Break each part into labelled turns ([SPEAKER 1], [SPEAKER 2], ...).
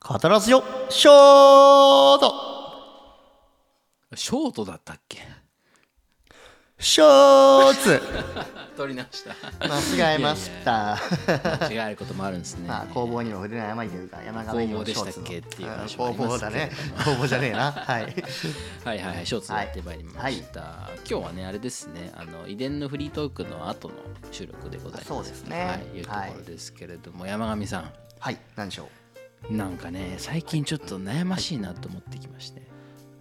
[SPEAKER 1] 語らずよショート
[SPEAKER 2] ショートだったっけ
[SPEAKER 1] ショーツ
[SPEAKER 2] 取り直した
[SPEAKER 1] 間違えました
[SPEAKER 2] 間違えることもあるんです ね
[SPEAKER 1] まあ工房にも筆の山にというか山上に
[SPEAKER 2] 工
[SPEAKER 1] も
[SPEAKER 2] 房で
[SPEAKER 1] ショ
[SPEAKER 2] した
[SPEAKER 1] ー
[SPEAKER 2] っ
[SPEAKER 1] ツ
[SPEAKER 2] けっていう
[SPEAKER 1] の
[SPEAKER 2] 話もあ
[SPEAKER 1] 工
[SPEAKER 2] りま
[SPEAKER 1] 房
[SPEAKER 2] すけ
[SPEAKER 1] だ
[SPEAKER 2] ど
[SPEAKER 1] ね工房じゃねえなはい
[SPEAKER 2] はいはいはいショーツやってまいりました、今日はねあれですねあの遺伝のフリートークの後の収録でございます
[SPEAKER 1] そうですね
[SPEAKER 2] はい、いうところですけれども、山上さ
[SPEAKER 1] はい何でしょ
[SPEAKER 2] んなんかね最近ちょっと悩ましいなと思ってきまして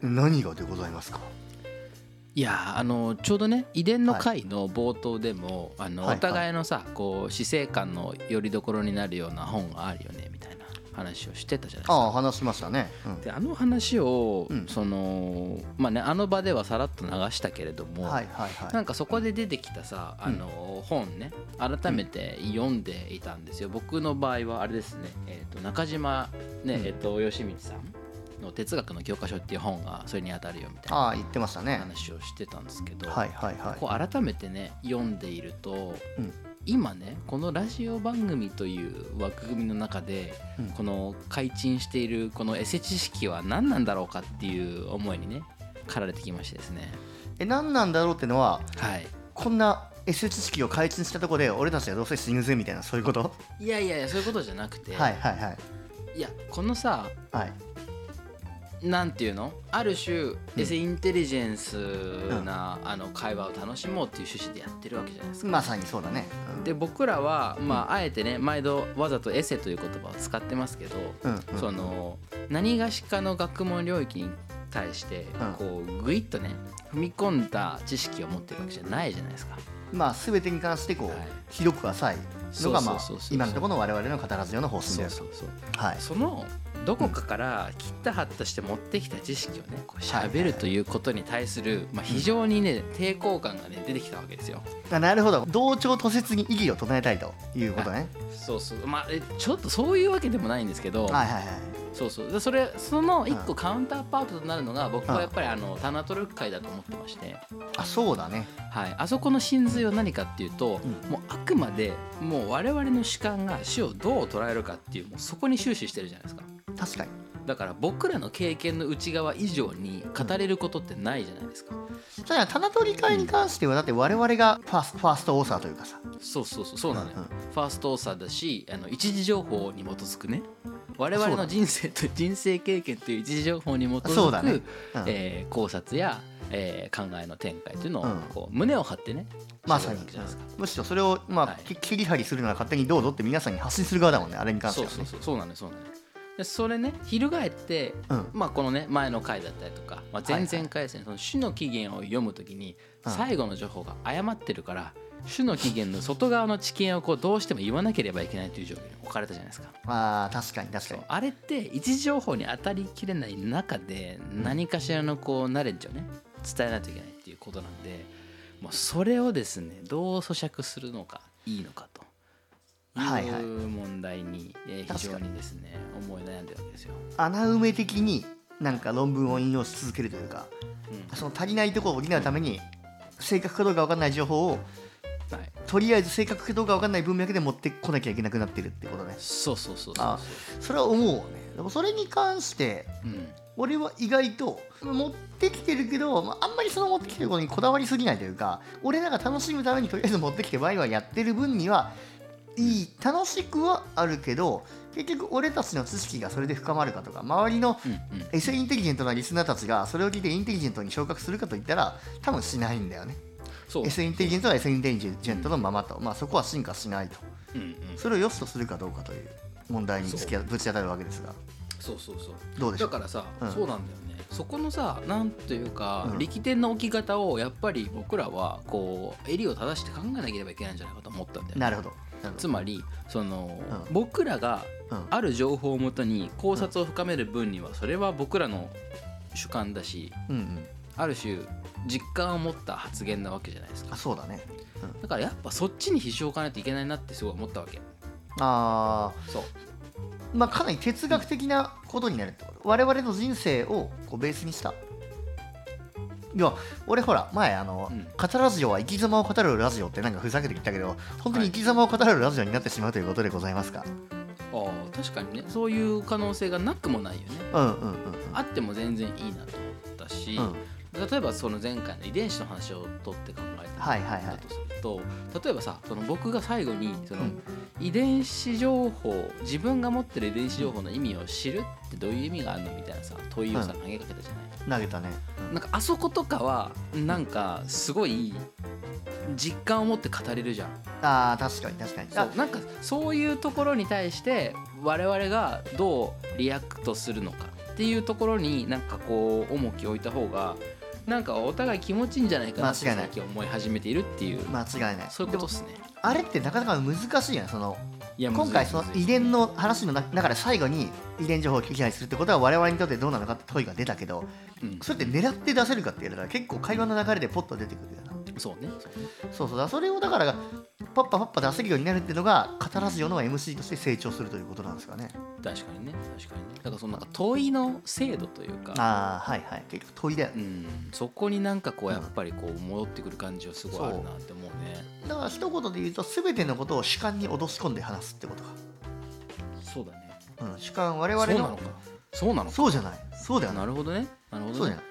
[SPEAKER 1] う何がでございますか
[SPEAKER 2] いやーあのちょうどね遺伝の会の冒頭でも、あの
[SPEAKER 1] はい
[SPEAKER 2] お互いのさこう死生観のよりどころになるような本があるよねみたいな話をしてたじゃないですか。
[SPEAKER 1] ああ話しましたねうん
[SPEAKER 2] であの話を、
[SPEAKER 1] うん
[SPEAKER 2] そのまあねあの場ではさらっと流したけれども、
[SPEAKER 1] はいはいはい
[SPEAKER 2] なんかそこで出てきたさあの、本ね改めて読んでいたんですよ、僕の場合はあれですね、えー、と中島、ね
[SPEAKER 1] うん
[SPEAKER 2] えー、と吉光さんの「哲学の教科書」っていう本がそれに当たるよみたいな
[SPEAKER 1] ああ言ってましたね
[SPEAKER 2] 話をしてたんですけど、
[SPEAKER 1] はいはいはい
[SPEAKER 2] こう改めてね読んでいると、
[SPEAKER 1] うん
[SPEAKER 2] 今ねこのラジオ番組という枠組みの中で、
[SPEAKER 1] うん
[SPEAKER 2] この開陳しているこのエセ知識は何なんだろうかっていう思いにね駆られてきましてですね
[SPEAKER 1] え何なんだろうってのは
[SPEAKER 2] はい
[SPEAKER 1] こんな S 知識を開通したところで俺たちはどうせ死ぬぜみたいなそういうこと
[SPEAKER 2] いやいやいやそういうことじゃなくて、
[SPEAKER 1] はいはいはい
[SPEAKER 2] いやこのさ
[SPEAKER 1] はい
[SPEAKER 2] なんていうのある種エセインテリジェンスな、あの会話を楽しもうっていう趣旨でやってるわけじゃないですか。
[SPEAKER 1] まさにそうだねうん
[SPEAKER 2] で僕らは、まあ、あえてね毎度わざとエセという言葉を使ってますけど、
[SPEAKER 1] うんうん
[SPEAKER 2] その何がしかの学問領域に対して
[SPEAKER 1] うん
[SPEAKER 2] こうグイッとね踏み込んだ知識を持ってるわけじゃないじゃないですか。
[SPEAKER 1] まあ全てに関してこう、
[SPEAKER 2] はい
[SPEAKER 1] 広く浅いのがまあ
[SPEAKER 2] そうそうそうそう
[SPEAKER 1] 今のところの我々の語らず用の方針である
[SPEAKER 2] そうそう
[SPEAKER 1] はい
[SPEAKER 2] そのどこかから切った張ったして持ってきた知識をねこう喋るということに対する、まあ、非常にね抵抗感がね出てきたわけですよ。
[SPEAKER 1] あなるほど同調途説に異議を唱えたいということね
[SPEAKER 2] そうそうまあえちょっとそういうわけでもないんですけど、
[SPEAKER 1] はいはいはい
[SPEAKER 2] そうそうでそれその一個カウンターパートとなるのが僕はやっぱりあのタナトルク会だと思ってまして、
[SPEAKER 1] あそうだね
[SPEAKER 2] はい、あそこの真髄は何かっていうと、
[SPEAKER 1] う
[SPEAKER 2] もうあくまでもう我々の主観が死をどう捉えるかっていうもうそこに終始してるじゃないですか
[SPEAKER 1] 確かに
[SPEAKER 2] だから僕らの経験の内側以上に語れることってないじゃないですか、
[SPEAKER 1] ただ棚取り会に関してはだって我々がファースファーストオーサーというかさ
[SPEAKER 2] そうそうそうそうなのよ、
[SPEAKER 1] うんうん
[SPEAKER 2] ファーストオーサーだしあの一時情報に基づくね我
[SPEAKER 1] そ
[SPEAKER 2] 々
[SPEAKER 1] うだね
[SPEAKER 2] の人生と人生経験という一時情報に基づく
[SPEAKER 1] そうだねうん
[SPEAKER 2] えー考察や、えー考えの展開というのを
[SPEAKER 1] うん
[SPEAKER 2] こう胸を張ってね
[SPEAKER 1] まさに
[SPEAKER 2] 喋るわけじゃないですか
[SPEAKER 1] むしろそれをまあ、
[SPEAKER 2] は
[SPEAKER 1] き
[SPEAKER 2] い
[SPEAKER 1] 切り張りするなら勝手にどうぞって皆さんに発信する側だもんねあれに関して
[SPEAKER 2] そう
[SPEAKER 1] はね
[SPEAKER 2] そうそうそうなのよそうなのよでそれね翻って、
[SPEAKER 1] うん
[SPEAKER 2] まあ、このね前の回だったりとか、まあ、前々回ですね、その種の起源を読むときに
[SPEAKER 1] うん
[SPEAKER 2] 最後の情報が誤ってるから、種の起源の外側の知見をこうどうしても言わなければいけないという状況に置かれたじゃないですか。
[SPEAKER 1] あー確かに確か
[SPEAKER 2] そう
[SPEAKER 1] に
[SPEAKER 2] あれって一時情報に当たりきれない中で何かしらのこうナレッジをね伝えないといけないっていうことなんでもうそれをですねどう咀嚼するのかいいのかと
[SPEAKER 1] はい
[SPEAKER 2] い
[SPEAKER 1] はいう
[SPEAKER 2] 問題にえー非
[SPEAKER 1] 確
[SPEAKER 2] 常
[SPEAKER 1] かに
[SPEAKER 2] にですね思い悩んでるわけですよ。
[SPEAKER 1] 穴埋め的になんか論文を引用し続けるというか
[SPEAKER 2] うん
[SPEAKER 1] その足りないところを補うために正確かどうか分かんない情報を
[SPEAKER 2] はい、
[SPEAKER 1] とりあえず正確かどうか分かんない文脈で持ってこなきゃいけなくなってるってことね
[SPEAKER 2] そうそうそうそうそう
[SPEAKER 1] あそれは思うねでもそれに関して
[SPEAKER 2] うん
[SPEAKER 1] 俺は意外と持ってきてるけど、まあ、あんまりその持ってきてることにこだわりすぎないというか俺らが楽しむためにとりあえず持ってきてワイワイやってる分にはいい楽しくはあるけど結局俺たちの知識がそれで深まるかとか周りの
[SPEAKER 2] うんうん
[SPEAKER 1] エセインテリジェントなリスナーたちがそれを聞いてインテリジェントに昇格するかといったら多分しないんだよね。
[SPEAKER 2] そう
[SPEAKER 1] エセインテリジェントはエセインテリジェントのままと、まあ、そこは進化しないと
[SPEAKER 2] うんうん
[SPEAKER 1] それを良しとするかどうかという問題につきぶち当たるわけですが
[SPEAKER 2] そうそうそう
[SPEAKER 1] どうでしょ
[SPEAKER 2] だ
[SPEAKER 1] う
[SPEAKER 2] からさ、
[SPEAKER 1] うん
[SPEAKER 2] そうなんだよねそこのさなんというか、
[SPEAKER 1] うん
[SPEAKER 2] 力点の置き方をやっぱり僕らはこう襟を正して考えなければいけないんじゃないかと思ったんだよね
[SPEAKER 1] なるほどなるほ
[SPEAKER 2] つ
[SPEAKER 1] ど
[SPEAKER 2] まりその、
[SPEAKER 1] うん
[SPEAKER 2] 僕らが
[SPEAKER 1] うん
[SPEAKER 2] ある情報をもとに考察を深める分にはそれは僕らの主観だし
[SPEAKER 1] うんうん
[SPEAKER 2] ある種実感を持った発言なわけじゃないです
[SPEAKER 1] あ
[SPEAKER 2] か
[SPEAKER 1] そうだね
[SPEAKER 2] だからやっぱそっちに比重を置かないといけないなってすごい思ったわけ
[SPEAKER 1] あ
[SPEAKER 2] そう
[SPEAKER 1] ーまあかなり哲学的なことになるってこと我々の人生をこうベースにしたいや俺ほら前あの、
[SPEAKER 2] うん
[SPEAKER 1] 語らずよは生き様を語るラジオってなんかふざけて言ったけど本当に生き様を語るラジオになってしまうということでございますか、
[SPEAKER 2] ああ確かにねそういう可能性がなくもないよね
[SPEAKER 1] うんうんうんうん
[SPEAKER 2] あっても全然いいなと思ったし、
[SPEAKER 1] うん
[SPEAKER 2] 例えばその前回の遺伝子の話をとって考えた
[SPEAKER 1] はいはいはい
[SPEAKER 2] だとすると、例えばさその僕が最後にその
[SPEAKER 1] うん
[SPEAKER 2] 遺伝子情報自分が持ってる遺伝子情報の意味を知るってどういう意味があるのみたいなさ問いをさ
[SPEAKER 1] う
[SPEAKER 2] 投げかけたじゃない、
[SPEAKER 1] 投げたねうん
[SPEAKER 2] なんかあそことかはなんかすごい実感を持って語れるじゃん
[SPEAKER 1] あー確かに確かに
[SPEAKER 2] そ
[SPEAKER 1] あ
[SPEAKER 2] うなんかそういうところに対して我々がどうリアクトするのかっていうところになんかこう重きを置いた方がなんかお互い気持ちいいんじゃないかなって
[SPEAKER 1] 間違いない
[SPEAKER 2] 最近思い始めているっていう、
[SPEAKER 1] 間違いない
[SPEAKER 2] そういうことですね。
[SPEAKER 1] あれってなかなか難しいやんその
[SPEAKER 2] いや
[SPEAKER 1] 今回その遺伝
[SPEAKER 2] の
[SPEAKER 1] の話の中から最後に遺伝情報を聞き合いするってことは我々にとってどうなのかって問いが出たけどそれって狙って出せるかって言われたら結構会話の流れでポッと出てくるよな
[SPEAKER 2] そうねそうね
[SPEAKER 1] そうそうだそれをだからパッパパッパ出せるようになるっていうのが語らず世の MC として成長するということなんですかね
[SPEAKER 2] 確かにね確かにねだからそのなんか問いの精度というか、
[SPEAKER 1] ああはいはい結局問いだよ
[SPEAKER 2] う
[SPEAKER 1] ね
[SPEAKER 2] ん、そこになんかこうやっぱりこう戻ってくる感じはすごいあるなって思うね
[SPEAKER 1] だから一言で言うと全てのことを主観に脅し込んで話すってこと
[SPEAKER 2] そうだね
[SPEAKER 1] か、うん、主観我
[SPEAKER 2] そ
[SPEAKER 1] 々
[SPEAKER 2] うな
[SPEAKER 1] の
[SPEAKER 2] のかそうなのか
[SPEAKER 1] そうじゃないそうだよ
[SPEAKER 2] な
[SPEAKER 1] な
[SPEAKER 2] るほどねなるほどね
[SPEAKER 1] そうじゃない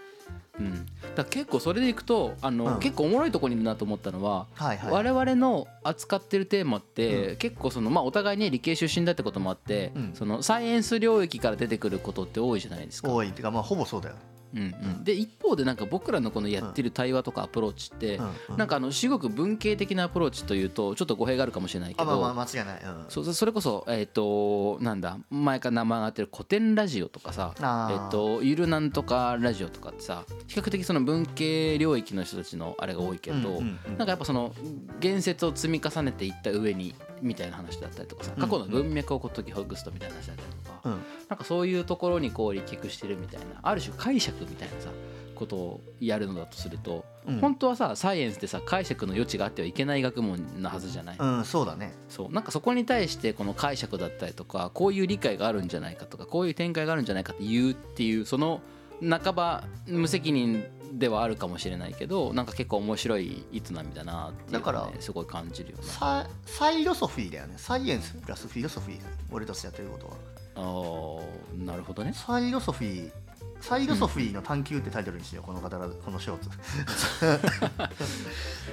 [SPEAKER 2] うん、だから結構それでいくとあの、
[SPEAKER 1] うん
[SPEAKER 2] 結構おもろいとこにいるなと思ったのは、
[SPEAKER 1] はいはい
[SPEAKER 2] 我々の扱ってるテーマって、
[SPEAKER 1] う
[SPEAKER 2] 結構その、まあ、お互いね理系出身だってこともあって、
[SPEAKER 1] うん
[SPEAKER 2] そのサイエンス領域から出てくることって多いじゃないですか。
[SPEAKER 1] 多いっていうかまあほぼそうだよ、
[SPEAKER 2] うんうん、で一方でなんか僕らのこのやってる対話とかアプローチって、
[SPEAKER 1] うんうん、
[SPEAKER 2] なんかあのすごく文系的なアプローチというとちょっと語弊があるかもしれないけど。
[SPEAKER 1] あまあまあ間違いない、うん、
[SPEAKER 2] そうそれこそ、えっとなんだ前から名前があってる古典ラジオとかさ
[SPEAKER 1] あ
[SPEAKER 2] え
[SPEAKER 1] ー
[SPEAKER 2] っとゆるなんとかラジオとかってさ比較的その文系領域の人たちのあれが多いけど、
[SPEAKER 1] うんうんうん
[SPEAKER 2] なんかやっぱその言説を積み重ねていった上にみたいな話だったりとかさ過去の文脈を解きほぐすとみたいな話だったりとか、
[SPEAKER 1] うん
[SPEAKER 2] なんかそういうところにこう力脚してるみたいなある種解釈みたいなさことをやるのだとすると、
[SPEAKER 1] うん
[SPEAKER 2] 本当はさサイエンスってさ解釈の余地があってはいけない学問なはずじゃない、
[SPEAKER 1] うん、そうだね。
[SPEAKER 2] そうなんかそこに対してこの解釈だったりとかこういう理解があるんじゃないかとかこういう展開があるんじゃないかって言うっていうその半ば無責任ではあるかもしれないけどなんか結構面白い営みだなっていう、ね、
[SPEAKER 1] だから
[SPEAKER 2] すごい感じるよね。
[SPEAKER 1] ササイロソフィーだよね。サイエンスプラスフィロソフィーだよ俺たちやってることは。
[SPEAKER 2] あーなるほどね。
[SPEAKER 1] サイロソフィー。サイロソフィーの探求ってタイトルにしよう、この方らこのショーツ。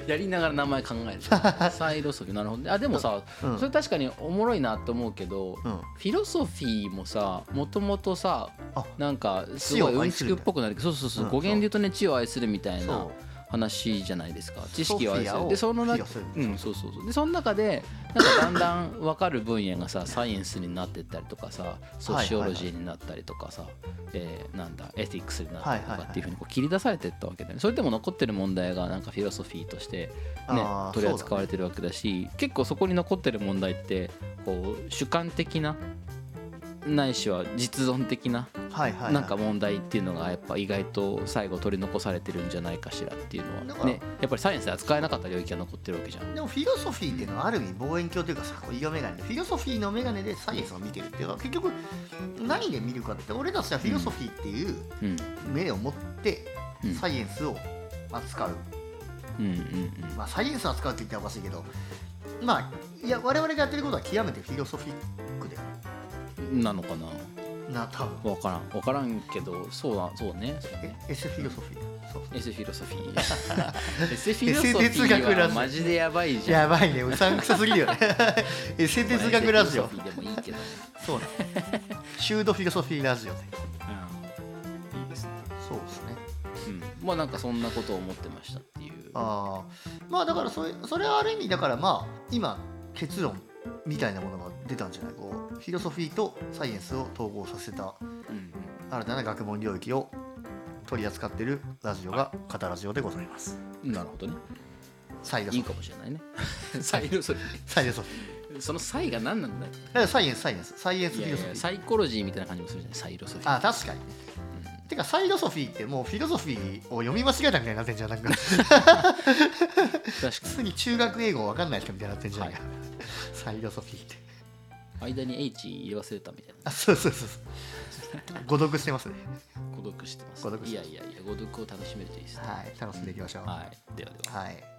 [SPEAKER 2] やりながら名前考える サイロソフィーなるほどねあでもさ、
[SPEAKER 1] うん
[SPEAKER 2] それ確かにおもろいなと思うけど、
[SPEAKER 1] うん。
[SPEAKER 2] フィロソフィーもさもともとさ
[SPEAKER 1] あ
[SPEAKER 2] なんかすご
[SPEAKER 1] 地
[SPEAKER 2] い
[SPEAKER 1] を
[SPEAKER 2] うん
[SPEAKER 1] 愛
[SPEAKER 2] ち
[SPEAKER 1] す
[SPEAKER 2] く
[SPEAKER 1] る
[SPEAKER 2] っぽくなるけどそうそうそう、
[SPEAKER 1] うん
[SPEAKER 2] 語源で言うとね地を愛するみたいな
[SPEAKER 1] そ
[SPEAKER 2] 話じゃないですか知識を愛す
[SPEAKER 1] ソフィア
[SPEAKER 2] る
[SPEAKER 1] を
[SPEAKER 2] でその
[SPEAKER 1] フィ
[SPEAKER 2] 中
[SPEAKER 1] ロソフィ
[SPEAKER 2] う
[SPEAKER 1] ー
[SPEAKER 2] んそうそうそうでその中でなんかだんだん分かる分野が さサイエンスになってったりとかさソシオロジーになったりとかさ、えーなんだエティクスになったりと
[SPEAKER 1] はいは
[SPEAKER 2] か
[SPEAKER 1] いはい
[SPEAKER 2] っていうふうにこう切り出されてったわけだよねそれでも残ってる問題がなんかフィロソフィーとして、ね
[SPEAKER 1] あ、ー
[SPEAKER 2] 取り扱われてるわけだし結構そこに残ってる問題ってこう主観的なないしは実存的な
[SPEAKER 1] はいはい、はい。
[SPEAKER 2] なんか問題っていうのがやっぱ意外と最後取り残されてるんじゃないかしらっていう
[SPEAKER 1] だ
[SPEAKER 2] の
[SPEAKER 1] か
[SPEAKER 2] は
[SPEAKER 1] ら
[SPEAKER 2] ねやっぱりサイエンスで扱えなかった領域が残ってるわけじゃん
[SPEAKER 1] でもフィロソフィーっていうのはある意味望遠鏡というかさ、こう色眼鏡で、フィロソフィーの眼鏡でサイエンスを見てるっていうのは、結局、何で見るかって、俺たちはフィロソフィーっていう
[SPEAKER 2] うん
[SPEAKER 1] 目を持って
[SPEAKER 2] うん、
[SPEAKER 1] サイエンスを扱う。
[SPEAKER 2] うんうんうん
[SPEAKER 1] まあ、サイエンスを扱うって言ったらおかしいけど、まあ、いや、我々がやってることは極めてフィロソフィックだよ
[SPEAKER 2] なのかな
[SPEAKER 1] な、多分
[SPEAKER 2] 分からん分からんけどそうだそうねそう
[SPEAKER 1] え
[SPEAKER 2] ね、
[SPEAKER 1] エスフィロソフィー。そう
[SPEAKER 2] S フィロソフィ ー S フィロソフィ
[SPEAKER 1] S 哲学
[SPEAKER 2] ーは
[SPEAKER 1] ラジオ
[SPEAKER 2] マジでやばいじゃん
[SPEAKER 1] やばいね、うさんくさすぎるよ ね。エセ哲学ラジオ
[SPEAKER 2] まあ S フ。ィロソフィーでもいいけどね
[SPEAKER 1] そうね。シュードフィロソフィーラジオで。
[SPEAKER 2] うんいいですね
[SPEAKER 1] そうですね。
[SPEAKER 2] うんまあなんかそんなことを思ってましたっていう
[SPEAKER 1] ああ。まあだからそれ、それはある意味、だからまあ、今、結論みたいなものが出たんじゃないこう、フィロソフィーとサイエンスを統合させた
[SPEAKER 2] うん
[SPEAKER 1] 新たな学問領域を取り扱ってるラジオが、カタラジオでございます。
[SPEAKER 2] うんなるほどね
[SPEAKER 1] サイロ
[SPEAKER 2] い
[SPEAKER 1] ソ
[SPEAKER 2] い
[SPEAKER 1] フ
[SPEAKER 2] か
[SPEAKER 1] ィー。
[SPEAKER 2] もしれ ないねサイロソフィ
[SPEAKER 1] サイロソフィー
[SPEAKER 2] ーそのサイが何なんだよ
[SPEAKER 1] だからサイエンス、サイエンス。サイエンス
[SPEAKER 2] い
[SPEAKER 1] フ
[SPEAKER 2] や
[SPEAKER 1] ィ
[SPEAKER 2] い
[SPEAKER 1] ロソフィ
[SPEAKER 2] や
[SPEAKER 1] ー。
[SPEAKER 2] サイコロジーみたいな感じもするじゃないサイロソフィー
[SPEAKER 1] あ確かに、てかサイロソフィーってもうフィロソフィーを読み間違えたみたいになってんじゃんなん か
[SPEAKER 2] 確か
[SPEAKER 1] 普通に中学英語わかんない人みたいになってんじゃんか、サイロソフィーって
[SPEAKER 2] に間に H 入れ忘れたみたいな
[SPEAKER 1] あそうそうそうそう誤読してますね
[SPEAKER 2] 孤独してます
[SPEAKER 1] 誤読
[SPEAKER 2] い
[SPEAKER 1] して
[SPEAKER 2] や
[SPEAKER 1] ます
[SPEAKER 2] いやいや孤独を楽しめるといいですね
[SPEAKER 1] はい楽しんでいきましょう
[SPEAKER 2] はいではでは
[SPEAKER 1] はい